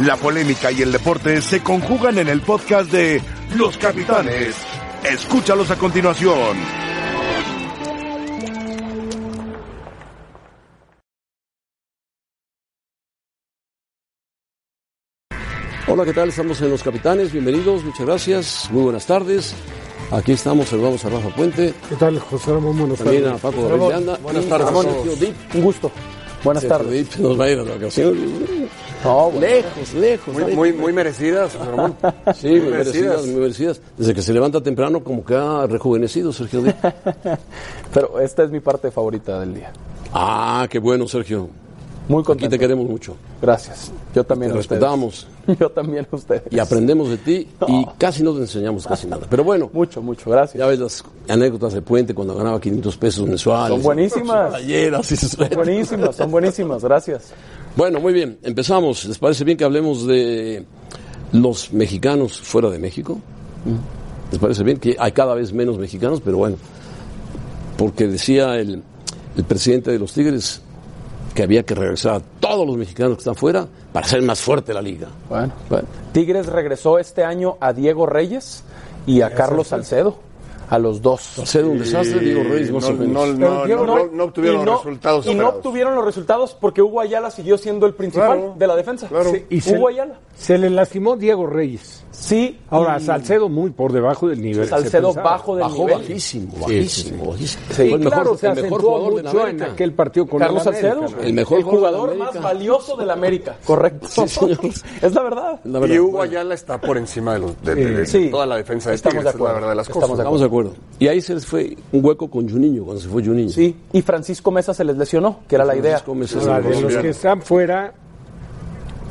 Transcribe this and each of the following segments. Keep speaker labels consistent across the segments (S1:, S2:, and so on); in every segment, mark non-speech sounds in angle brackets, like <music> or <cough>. S1: La polémica y el deporte se conjugan en el podcast de Los Capitanes. Escúchalos a continuación.
S2: Hola, ¿qué tal? Estamos en Los Capitanes. Bienvenidos, muchas gracias. Muy buenas tardes. Aquí estamos, saludamos a Rafa Puente.
S3: ¿Qué tal, José Ramón? Buenas
S2: También a
S3: tardes.
S2: Paco Gabriel de Anda.
S3: Buenas
S2: y
S3: tardes.
S2: a
S3: Ramón.
S2: Sergio Dip.
S4: Un gusto. Buenas
S2: Sergio
S4: tardes.
S2: Dip nos va a ir a la ocasión.
S4: No, bueno.
S2: Lejos, lejos.
S5: Muy,
S2: lejos.
S5: muy, muy merecidas, José Ramón.
S4: <laughs>
S2: sí, muy merecidas, muy merecidas. Desde que se levanta temprano, como que ha rejuvenecido Sergio
S4: <laughs>
S2: Dip.
S4: Pero esta es mi parte favorita del día.
S2: ah, qué bueno, Sergio.
S4: Muy
S2: Aquí
S4: contento.
S2: te queremos mucho.
S4: Gracias. Yo también
S2: Te
S4: a ustedes. Oh.
S2: respetamos
S4: <laughs> Yo también a ustedes.
S2: y aprendemos de ti y casi no te enseñamos casi nada. Pero bueno,
S4: Mucho, mucho. Gracias.
S2: ya ves las anécdotas de Puente cuando ganaba 500 pesos mensuales.
S4: Son buenísimas.
S5: <laughs>
S2: Playeras <laughs> y sus-
S4: Buenísimas, son buenísimas. Gracias.
S2: Bueno, muy bien, empezamos. ¿Les parece bien que hablemos de los mexicanos fuera de México? ¿Mm? ¿Les parece bien que hay cada vez menos mexicanos? Pero bueno, porque decía el, el presidente de los Tigres que había que regresar a todos los mexicanos que están fuera para hacer más fuerte la liga.
S4: Bueno.
S2: Bueno,
S4: Tigres regresó este año a Diego Reyes y a Carlos Salcedo. A los dos.
S2: hacer un desastre, Diego Reyes, más
S5: no,
S2: o menos.
S5: no,
S4: Pero
S5: no,
S4: Diego
S5: no, no obtuvieron
S4: y
S5: los resultados
S4: Y no
S5: esperados.
S4: obtuvieron los resultados porque Hugo Ayala siguió siendo el principal
S5: Claro,
S4: de la defensa.
S5: claro.
S4: Sí,
S3: Y se-
S4: Hugo Ayala.
S3: Se le lastimó Diego Reyes.
S4: Sí.
S3: Ahora,
S4: y
S3: Salcedo muy por debajo del nivel. que se
S4: Salcedo
S3: pensaba.
S4: bajo del
S2: Bajó
S4: nivel.
S2: bajísimo, bajísimo, bajísimo.
S4: Sí,
S2: Fue el
S3: Y
S2: mejor,
S3: claro, se
S2: el mejor
S3: acentuó
S2: jugador de la
S3: mucho en
S2: América.
S3: aquel partido con
S4: Carlos
S3: el América,
S4: Salcedo,
S3: ¿no?
S2: El mejor
S4: el
S2: jugador
S4: jugador
S2: de la América.
S4: más valioso del América.
S5: <laughs>
S4: Correcto.
S2: Sí, señor.
S4: <laughs> Es la verdad.
S2: La verdad.
S5: y Hugo Ayala está por encima de, los, de, de- de
S4: Sí.
S5: toda la defensa de
S4: Estamos
S5: Tigres,
S4: de
S5: es la
S4: acuerdo.
S5: verdad de las
S4: Estamos
S5: cosas.
S2: Estamos de acuerdo. Y ahí se les fue un hueco con Juninho, cuando se fue Juninho.
S4: Sí, y Francisco Mesa se les lesionó, que era la idea.
S2: Francisco Mesa
S3: Ahora,
S2: se
S3: de
S2: lesionó.
S3: los que están fuera,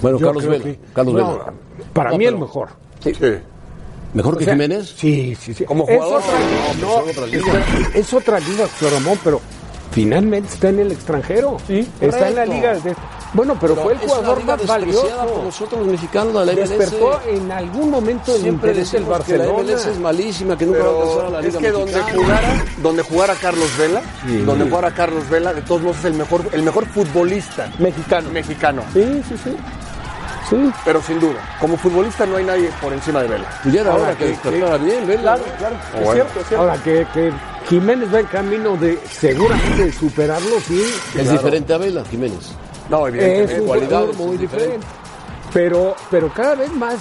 S2: Bueno,
S3: yo
S2: Carlos
S3: creo
S2: Vela.
S3: que-
S2: Carlos
S3: No,
S2: Vela.
S3: Para mí el mejor.
S5: Sí.
S2: ¿Mejor que Jiménez?
S3: Sí, sí, sí.
S5: Como
S3: Es
S5: jugador,
S3: otra liga,
S2: pues
S3: no, es- es otra liga, José Ramón, pero finalmente está en el extranjero.
S4: Sí,
S3: está en la
S4: correcto.
S3: liga. de- Bueno, pero, fue el
S2: Es una
S3: jugador
S2: liga
S3: más
S2: despreciada por
S3: valioso.
S2: nosotros los mexicanos, la MLS.
S3: Despertó en algún momento el
S2: Siempre
S3: interés del
S2: decimos que la
S3: Barcelona.
S2: MLS es malísima, que nunca va a alcanzar a la
S5: Pero es
S2: Liga
S5: que donde
S2: Mexicana.
S5: jugara, donde jugara Carlos Vela, donde jugara Carlos Vela, de todos modos es el mejor, el mejor futbolista
S4: Mexicano.
S5: mexicano.
S3: Sí, sí, sí. Sí.
S5: Pero sin duda, como futbolista no hay nadie por encima de Vela.
S2: Y era
S3: Ahora
S2: hora que
S3: que-
S2: despertara bien, Vela.
S4: Claro, claro. Es
S5: bueno.
S4: cierto, es cierto.
S3: Oh, Ahora que, que Jiménez va en camino de seguramente de superarlo, sí.
S2: Es diferente a Vela, Jiménez.
S5: No,
S3: Es
S5: evidentemente.
S3: un jugador
S2: cualidades
S3: muy
S2: es diferente.
S3: diferente. Pero, pero cada vez más,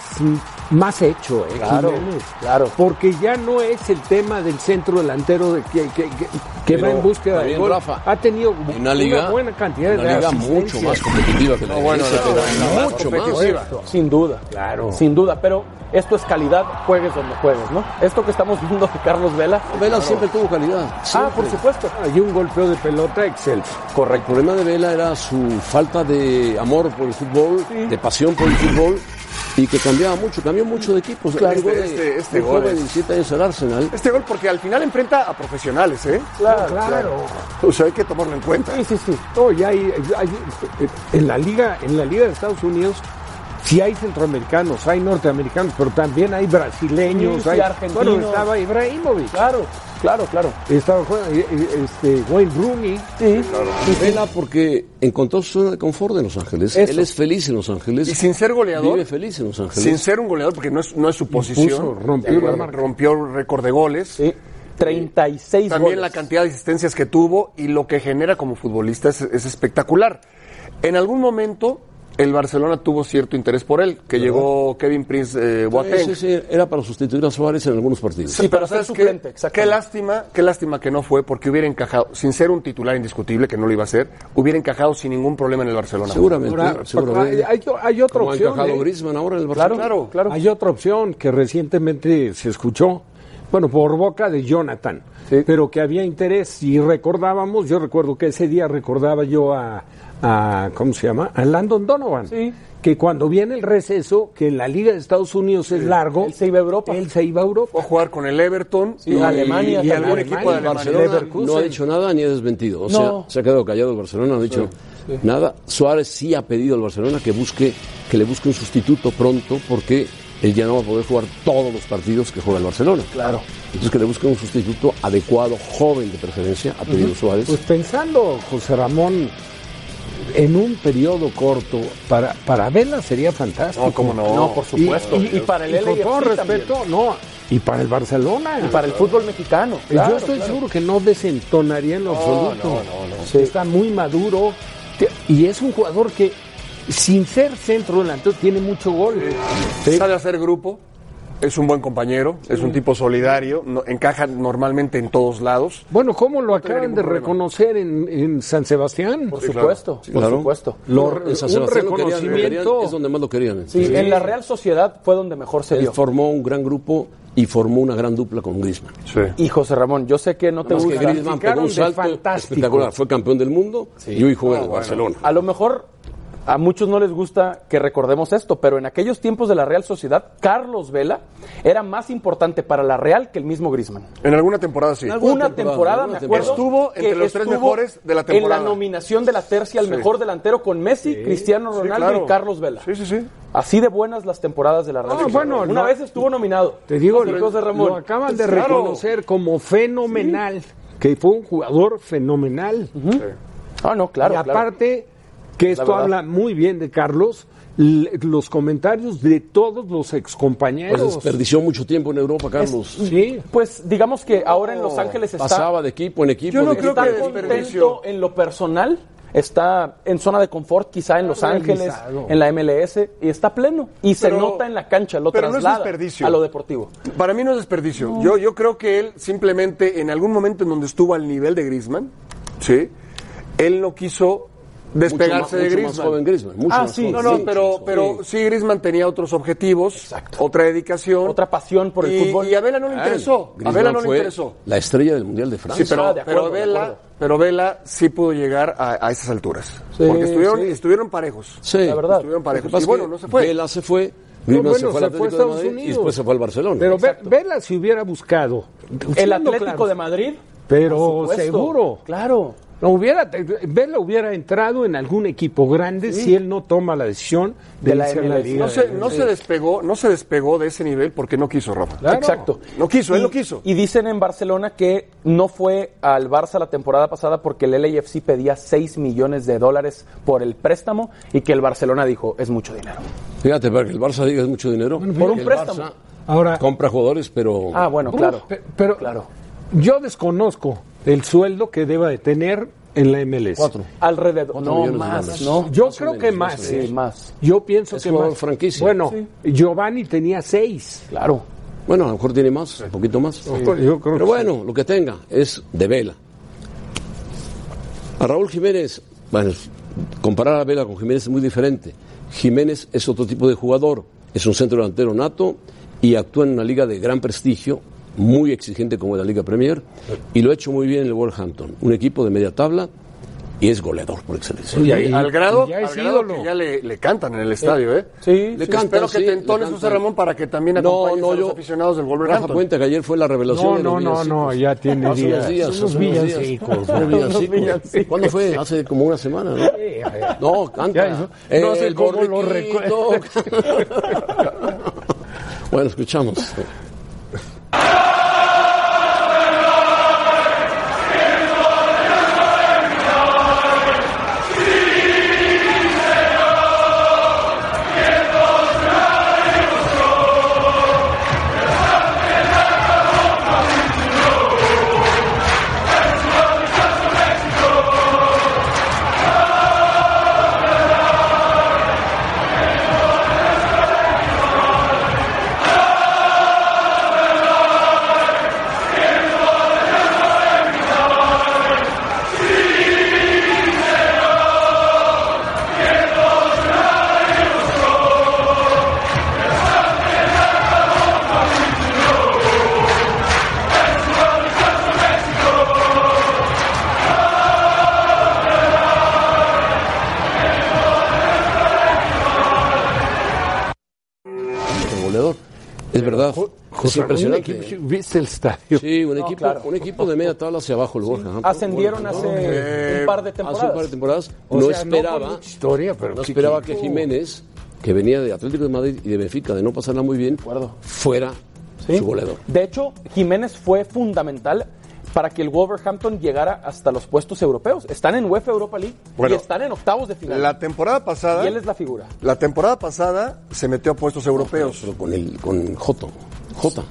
S3: más hecho, ¿eh,
S4: Claro,
S3: Jiménez?
S4: claro.
S3: Porque ya no es el tema del centro delantero de que, que- que- que
S2: Pero
S3: va en búsqueda de
S2: también,
S3: gol.
S2: Rafa,
S3: ha tenido
S2: En una liga,
S3: buena cantidad de
S2: una liga mucho
S3: asistencias.
S2: más competitiva que la
S5: No, bueno,
S2: MLS,
S5: la-
S2: pero
S5: la- la más
S2: mucho
S5: competitiva.
S2: más.
S4: Sin duda.
S3: Claro.
S4: Sin duda, pero esto es calidad, juegues donde juegues, ¿no? Esto que estamos viendo de Carlos Vela.
S2: Vela siempre tuvo calidad.
S4: Ah,
S2: siempre.
S4: por supuesto.
S3: Y un golpeo de pelota excelso.
S2: El
S4: Correcto.
S2: problema de Vela era su falta de amor por el fútbol,
S4: Sí.
S2: de pasión por el fútbol, y que cambiaba mucho, cambió mucho de equipos.
S5: Claro,
S2: Llegó
S5: este-
S2: de-
S5: este- este
S2: de
S5: gol
S2: joven de
S5: es-
S2: 17 años al Arsenal.
S5: Este gol porque al final enfrenta a profesionales, ¿eh?
S4: Claro,
S3: Claro.
S5: O sea, hay que tomarlo en cuenta.
S4: Sí, sí, sí.
S3: No, ya hay, hay- en la liga, en la liga de Estados Unidos, sí hay centroamericanos, hay norteamericanos, pero también hay brasileños,
S4: Sí, sí,
S3: hay
S4: argentinos.
S3: Bueno, estaba Ibrahimovic,
S4: Claro, claro, claro.
S3: estaba eh, eh, este Wayne Rooney.
S4: Sí.
S2: Vela porque encontró su zona de confort en Los Ángeles.
S4: Eso.
S2: Él es feliz en Los Ángeles.
S5: Y sin ser goleador,
S2: Vive feliz en Los Ángeles.
S5: sin ser un goleador, porque no es, no es su posición.
S3: rompió
S5: Eh,
S3: la marca.
S5: rompió récord de goles.
S4: Sí. 36
S5: También
S4: goles.
S5: la cantidad de asistencias que tuvo y lo que genera como futbolista es, es espectacular. En algún momento el Barcelona tuvo cierto interés por él, que llegó Kevin Prince eh, Boateng.
S2: Sí, sí, sí, era para sustituir a Suárez en algunos partidos.
S4: Sí, para ser
S5: ¿sabes qué?
S4: suplente,
S5: Qué
S4: exactamente.
S5: lástima, qué lástima que no fue porque hubiera encajado, sin ser un titular indiscutible, que no lo iba a ser, hubiera encajado sin ningún problema en el Barcelona.
S2: Seguramente,
S3: Ahora,
S2: seguramente.
S3: hay, hay otra
S2: Como ha
S3: opción.
S2: encajado
S3: ¿eh?
S2: Griezmann ahora en el
S4: Claro,
S2: Barcelona.
S4: claro, claro.
S3: Hay otra opción que recientemente se escuchó, bueno, por boca de Jonathan, pero que había interés y recordábamos, yo recuerdo que ese día recordaba yo a, a ¿cómo se llama? A Landon Donovan.
S4: Sí.
S3: Que cuando viene el receso, que la Liga de Estados Unidos es largo,
S4: Él se iba a Europa.
S3: Él se iba a Europa.
S5: Fue a jugar con el Everton
S4: Sí, Alemania
S5: y
S4: también.
S5: algún equipo de
S2: El Barcelona
S5: Alemania.
S4: Leverkusen.
S2: no ha dicho nada ni ha desmentido. O sea,
S4: No.
S2: se ha quedado callado el Barcelona, no ha dicho nada. Suárez sí ha pedido al Barcelona que busque, que le busque un sustituto pronto porque él ya no va a poder jugar todos los partidos que juega el Barcelona.
S4: Claro.
S2: Entonces que le busque un sustituto
S4: Pues,
S2: adecuado, joven de preferencia, ha pedido Suárez.
S3: Pues pensando, José Ramón, en un periodo corto, para, para Vela sería fantástico.
S5: No, cómo no.
S4: No, por supuesto.
S3: Y, y-
S4: Y para el
S3: y con
S4: LAFC
S3: todo
S4: también.
S3: respeto, no. Y para el Barcelona.
S4: Y para el fútbol mexicano.
S3: Yo
S4: claro,
S3: estoy
S4: claro.
S3: seguro que no desentonaría en lo absoluto. Sí. Está muy maduro te- y es un jugador que, sin ser centro delantero, tiene mucho gol. Sí.
S5: Sabe hacer grupo, es un buen compañero, es un tipo solidario, no- encaja normalmente en todos lados.
S3: Bueno, ¿cómo lo acaban
S5: ningún
S3: de
S5: problema.
S3: reconocer en, en San Sebastián?
S4: Por
S5: Sí, claro.
S4: supuesto,
S5: Sí,
S4: por
S2: claro.
S4: supuesto.
S3: Lo-
S2: En San
S3: un
S2: Sebastián lo querían, lo querían,
S3: reconocimiento.
S2: es donde más lo querían. ¿eh?
S4: Sí, en la Real Sociedad fue donde mejor se
S2: Él
S4: dio.
S2: formó un gran grupo y formó una gran dupla con Griezmann.
S4: Y José Ramón, yo sé que no te
S2: Nada más que
S4: gusta.
S2: Griezmann pegó un
S3: de
S2: salto
S3: fantástico.
S2: espectacular. Fue campeón del mundo y hoy juega en el Barcelona.
S4: A lo mejor a muchos no les gusta que recordemos esto, pero en aquellos tiempos de la Real Sociedad, Carlos Vela era más importante para la Real que el mismo Griezmann.
S5: En alguna temporada sí.
S2: Alguna
S4: Una temporada,
S2: alguna
S4: me acuerdo,
S5: Estuvo
S4: que
S5: entre los tres
S4: estuvo
S5: mejores de la temporada.
S4: En la nominación de la tercia al
S5: Sí.
S4: mejor delantero con Messi, Cristiano
S5: Sí,
S4: Ronaldo
S5: claro.
S4: y Carlos Vela.
S5: Sí, sí, sí.
S4: Así de buenas las temporadas de la Real.
S3: Ah,
S4: Sociedad.
S3: bueno,
S4: Una
S3: no-
S4: vez estuvo nominado.
S3: Te digo,
S4: José
S3: lo,
S4: José Ramón.
S3: lo acaban de
S5: Claro.
S3: reconocer como fenomenal, que fue un jugador fenomenal.
S4: Ah, no,
S3: y
S4: claro. claro.
S3: aparte, que esto
S4: verdad.
S3: habla muy bien de Carlos, l- los comentarios de todos los
S2: Pues
S3: excompañeros.
S2: desperdició mucho tiempo en Europa, Carlos.
S3: sí.
S4: Pues digamos que ahora en Los Ángeles está
S2: Pasaba de equipo en equipo.
S5: Yo no
S2: de
S5: creo
S2: equipo
S5: que
S2: en
S4: está
S2: equipo.
S5: desperdicio.
S4: contento en lo personal, está en zona de confort, quizá en Los Ángeles,
S3: realizado.
S4: en la MLS, y está pleno. Y se
S5: Pero-
S4: nota en la cancha, lo
S5: pero no es
S4: traslada
S5: desperdicio.
S4: a lo deportivo.
S5: Para mí no es desperdicio. Yo, yo creo que él simplemente en algún momento en donde estuvo al nivel de Griezmann, ¿sí? Él no quiso
S2: Mucho más-
S5: despegarse de
S2: mucho
S5: Griezmann.
S2: más joven Griezmann. Mucho
S4: Ah,
S2: más
S4: sí.
S2: joven.
S5: No, no,
S2: Sí,
S5: pero,
S2: sí.
S5: pero sí, Griezmann tenía otros objetivos, otra dedicación.
S4: Otra pasión por el
S5: y-
S4: fútbol.
S5: Y a Vela no le
S2: Ah,
S5: interesó. A
S2: Griezmann
S5: Vela no le
S2: fue
S5: interesó.
S2: La estrella del Mundial de Francia.
S5: Sí, pero,
S4: Ah, de acuerdo,
S5: pero
S4: de
S5: Vela,
S4: acuerdo.
S5: pero Vela sí pudo llegar a, a esas alturas. porque estuvieron, estuvieron parejos.
S2: Sí.
S4: La verdad.
S5: Estuvieron
S2: Lo que
S5: parejos.
S2: pasa
S5: Y
S2: es
S5: bueno,
S2: que
S5: no se fue.
S2: Vela se fue, Griezmann se
S3: bueno,
S2: fue al
S3: se fue a
S2: Atlético de
S3: Estados
S2: Madrid y
S3: Unidos.
S2: después se fue al Barcelona.
S3: Pero Ve- Vela si hubiera buscado.
S4: El
S3: siendo
S4: Atlético
S3: claros,
S4: de Madrid.
S5: Oh,
S3: Pero
S4: por supuesto.
S3: seguro.
S4: Claro.
S3: No hubiera, Vela hubiera entrado en algún equipo grande si él no toma la decisión de,
S4: De la
S3: irse a la
S4: MLS.
S3: liga.
S5: No se, no se despegó, no se despegó de ese nivel porque no quiso, Rafa.
S3: Claro.
S4: Exacto.
S5: No quiso, él
S4: Y-
S5: no quiso.
S4: Y dicen en Barcelona que no fue al Barça la temporada pasada porque el LAFC pedía 6 millones de dólares por el préstamo y que el Barcelona dijo, es mucho dinero.
S2: Fíjate, para que el Barça diga es mucho dinero.
S5: pues,
S4: Por
S2: que
S4: un
S2: el
S4: préstamo.
S2: Barça
S3: Ahora,
S2: compra jugadores, pero...
S4: Ah, bueno, claro.
S3: Pe- pero
S4: Claro.
S3: yo desconozco el sueldo que deba de tener en la MLS.
S2: Cuatro.
S4: Alrededor. No,
S2: millones de
S4: más,
S2: dólares.
S4: ¿no?
S3: Yo creo que más. eh.
S4: Sí, más.
S3: Yo pienso
S2: Es
S3: que
S2: jugador
S3: más.
S2: franquicia.
S3: Bueno, Giovanni tenía seis.
S4: Claro.
S2: Bueno, a lo mejor tiene más, un poquito más.
S3: Yo creo que
S2: Pero bueno, lo que tenga es de Vela. A Raúl Jiménez, bueno, comparar a Vela con Jiménez es muy diferente. Jiménez es otro tipo de jugador, es un centro delantero nato y actúa en una liga de gran prestigio, muy exigente como la Liga Premier, y lo ha hecho muy bien en el Wolverhampton, un equipo de media tabla y es goleador por excelencia.
S3: Y ahí-
S5: Al grado,
S3: y ya es
S5: al grado
S3: ídolo.
S5: que ya le, le cantan en el estadio, ¿eh?
S4: Sí.
S2: Le
S5: Sí,
S2: cantan,
S5: Espero que
S2: sí,
S5: te
S2: le
S5: entones,
S2: cantan.
S5: José Ramón, para que también acompañes a los aficionados del
S2: Rafa,
S5: Wolverhampton.
S2: cuenta que ayer fue la revelación.
S3: No,
S2: de los Ah,
S3: no, no, no,
S2: villancicos.
S3: ya
S2: Hace
S3: tiene
S2: unos
S3: días.
S2: días.
S3: Unos
S2: hace unos días.
S3: villancicos.
S2: Unos villancicos. ¿Cuándo fue? Hace como una semana, ¿no? No, canta.
S3: Ya, no sé
S2: El
S3: cómo lo
S2: borriquito. <laughs> bueno, escuchamos. El goleador. Es verdad. Es
S3: José Ramón,
S2: impresionante.
S3: ¿qué-
S2: ¿eh?
S3: ¿Viste el estadio?
S2: Sí, un equipo,
S4: claro.
S2: un equipo de media tabla hacia abajo, el Borja. ¿eh?
S4: Ascendieron hace un par de
S2: Hace un par de
S4: temporadas.
S2: temporadas.
S3: O
S2: no
S3: sea, con
S2: esperaba.
S3: mucha historia, pero
S2: No
S3: qué
S2: esperaba que
S3: equipo.
S2: Jiménez, que venía de Atlético de Madrid y de Benfica, de no pasarla muy bien,
S4: acuerdo.
S2: fuera
S4: Sí.
S2: su goleador.
S4: De hecho, Jiménez fue fundamental para que el Wolverhampton llegara hasta los puestos europeos. Están en UEFA Europa League
S5: Bueno,
S4: y están en octavos de final.
S5: La temporada pasada.
S4: y él es la figura.
S5: La temporada pasada se metió a puestos europeos.
S2: Pero con el con J. J.